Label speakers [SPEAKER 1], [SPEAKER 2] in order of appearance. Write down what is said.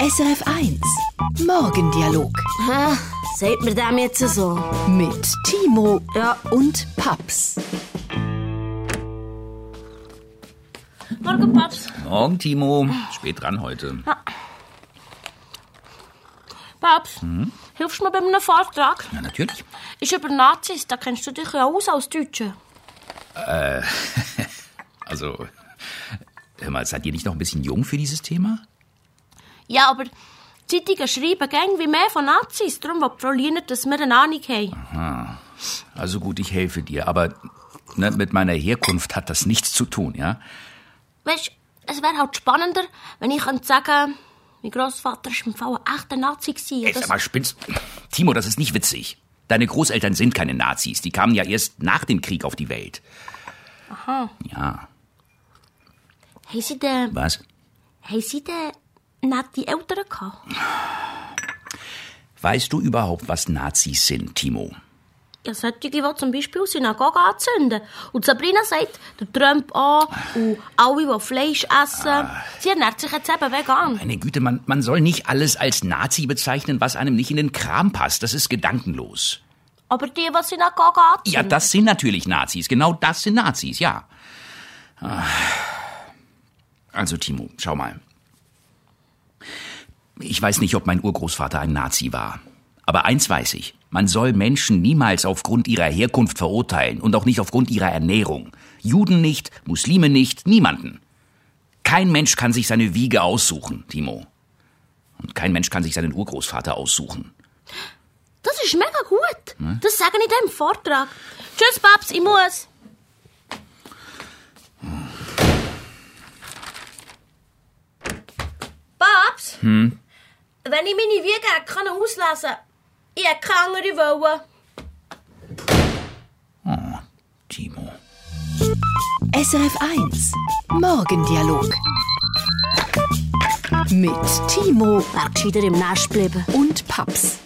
[SPEAKER 1] SRF 1 Morgendialog
[SPEAKER 2] Ah, sagt mir dem jetzt so?
[SPEAKER 1] mit Timo
[SPEAKER 2] Ja.
[SPEAKER 1] und Paps.
[SPEAKER 2] Morgen, Paps. Ah.
[SPEAKER 3] Morgen, Timo. Spät dran heute.
[SPEAKER 2] Paps, hilfst du mir bei einem Vortrag?
[SPEAKER 3] Ja, natürlich.
[SPEAKER 2] Ist über Nazis, da kennst du dich ja aus als Deutsche.
[SPEAKER 3] Also, hör mal, seid ihr nicht noch ein bisschen jung für dieses Thema?
[SPEAKER 2] Ja, aber Zeitungen schreiben gäng wie mehr von Nazis. Darum will Frau Lienert, dass wir eine Ahnung haben.
[SPEAKER 3] Also gut, ich helfe dir, aber ne, mit meiner Herkunft hat das nichts zu tun, ja?
[SPEAKER 2] Weißt es wäre halt spannender, wenn ich könnte sagen mein Großvater war im Fall ein echter Nazi. gewesen.
[SPEAKER 3] Ey, sag mal, spinnst... Timo, das ist nicht witzig. Deine Großeltern sind keine Nazis. Die kamen ja erst nach dem Krieg auf die Welt. Aha. Ja,
[SPEAKER 2] haben sie denn,
[SPEAKER 3] was?
[SPEAKER 2] haben sie denn nette Eltern gehabt?
[SPEAKER 3] Weißt du überhaupt, was Nazis sind, Timo?
[SPEAKER 2] Ja, solche, die zum Beispiel Synagoge anzünden. Und Sabrina sagt, der Trump an und alle, die Fleisch essen. Sie ernährt sich jetzt eben vegan.
[SPEAKER 3] Meine Güte, man, man soll nicht alles als Nazi bezeichnen, was einem nicht in den Kram passt. Das ist gedankenlos.
[SPEAKER 2] Aber die, die Synagoge anzünden.
[SPEAKER 3] Ja, das sind natürlich Nazis. Genau das sind Nazis, ja. Ah. Also, Timo, schau mal. Ich weiß nicht, ob mein Urgroßvater ein Nazi war. Aber eins weiß ich. Man soll Menschen niemals aufgrund ihrer Herkunft verurteilen und auch nicht aufgrund ihrer Ernährung. Juden nicht, Muslime nicht, niemanden. Kein Mensch kann sich seine Wiege aussuchen, Timo. Und kein Mensch kann sich seinen Urgroßvater aussuchen.
[SPEAKER 2] Das ist mega gut. Das sage ich dem Vortrag. Tschüss, Paps, ich muss. Paps? Wenn ich meine Wiege hätte können auslesen kann, ich hätte keine andere wollen.
[SPEAKER 3] Timo.
[SPEAKER 1] SRF 1 Morgendialog mit Timo
[SPEAKER 2] Wäre gescheiter im Nest bleiben.
[SPEAKER 1] und Paps.